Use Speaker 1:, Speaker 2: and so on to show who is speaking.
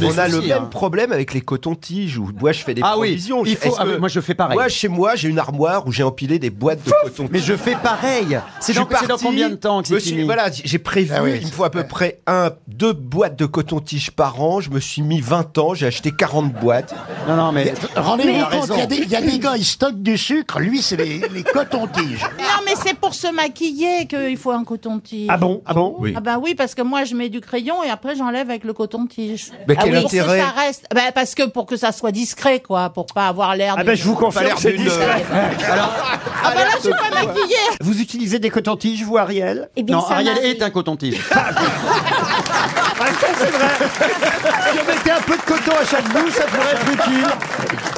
Speaker 1: Mais
Speaker 2: on a le
Speaker 1: aussi,
Speaker 2: même
Speaker 1: hein.
Speaker 2: problème avec les cotons-tiges où moi je fais des
Speaker 1: Ah oui,
Speaker 2: provisions.
Speaker 1: il faut-
Speaker 2: Est-ce
Speaker 1: ah oui, moi, je fais pareil.
Speaker 2: Moi chez moi j'ai une armoire où j'ai empilé des boîtes de coton.
Speaker 1: Mais je fais pareil. C'est dans, c'est dans combien de temps que c'est fini
Speaker 2: Voilà, j- j'ai prévu,
Speaker 3: Ah oui,
Speaker 2: il me faut à peu près un, deux boîtes de coton-tige par an. Je me suis mis 20 ans, j'ai acheté 40 boîtes.
Speaker 1: Non, non, mais
Speaker 3: Rendez-vous compte, il y a des- il y, a des gars, ils stockent du sucre. Lui, c'est les, les cotons-tiges.
Speaker 4: Non, mais c'est pour se maquiller qu'il faut un coton-tige.
Speaker 5: Ah bon Ah bon
Speaker 4: Ah bah oui, parce que moi je mets du crayon et après j'enlève avec le coton-tige.
Speaker 2: Mais quel
Speaker 4: pour que
Speaker 2: intérêt
Speaker 4: ça reste, bah, Parce que pour que ça soit discret, quoi, pour pas avoir l'air.
Speaker 5: Ah
Speaker 4: de-
Speaker 5: ben je vous confirme,
Speaker 2: l'air
Speaker 5: c'est
Speaker 2: d'une-
Speaker 1: euh,
Speaker 5: discret.
Speaker 4: Ah bah là je suis pas maquillée.
Speaker 5: Vous utilisez des cotons-tiges, vous, Ariel
Speaker 6: Eh bien,
Speaker 1: Non,
Speaker 6: ça
Speaker 1: Ariel
Speaker 6: m'arrive.
Speaker 1: est un coton-tige.
Speaker 5: Ah ça, c'est vrai Si on mettait un peu de coton à chaque bout, ça pourrait être utile.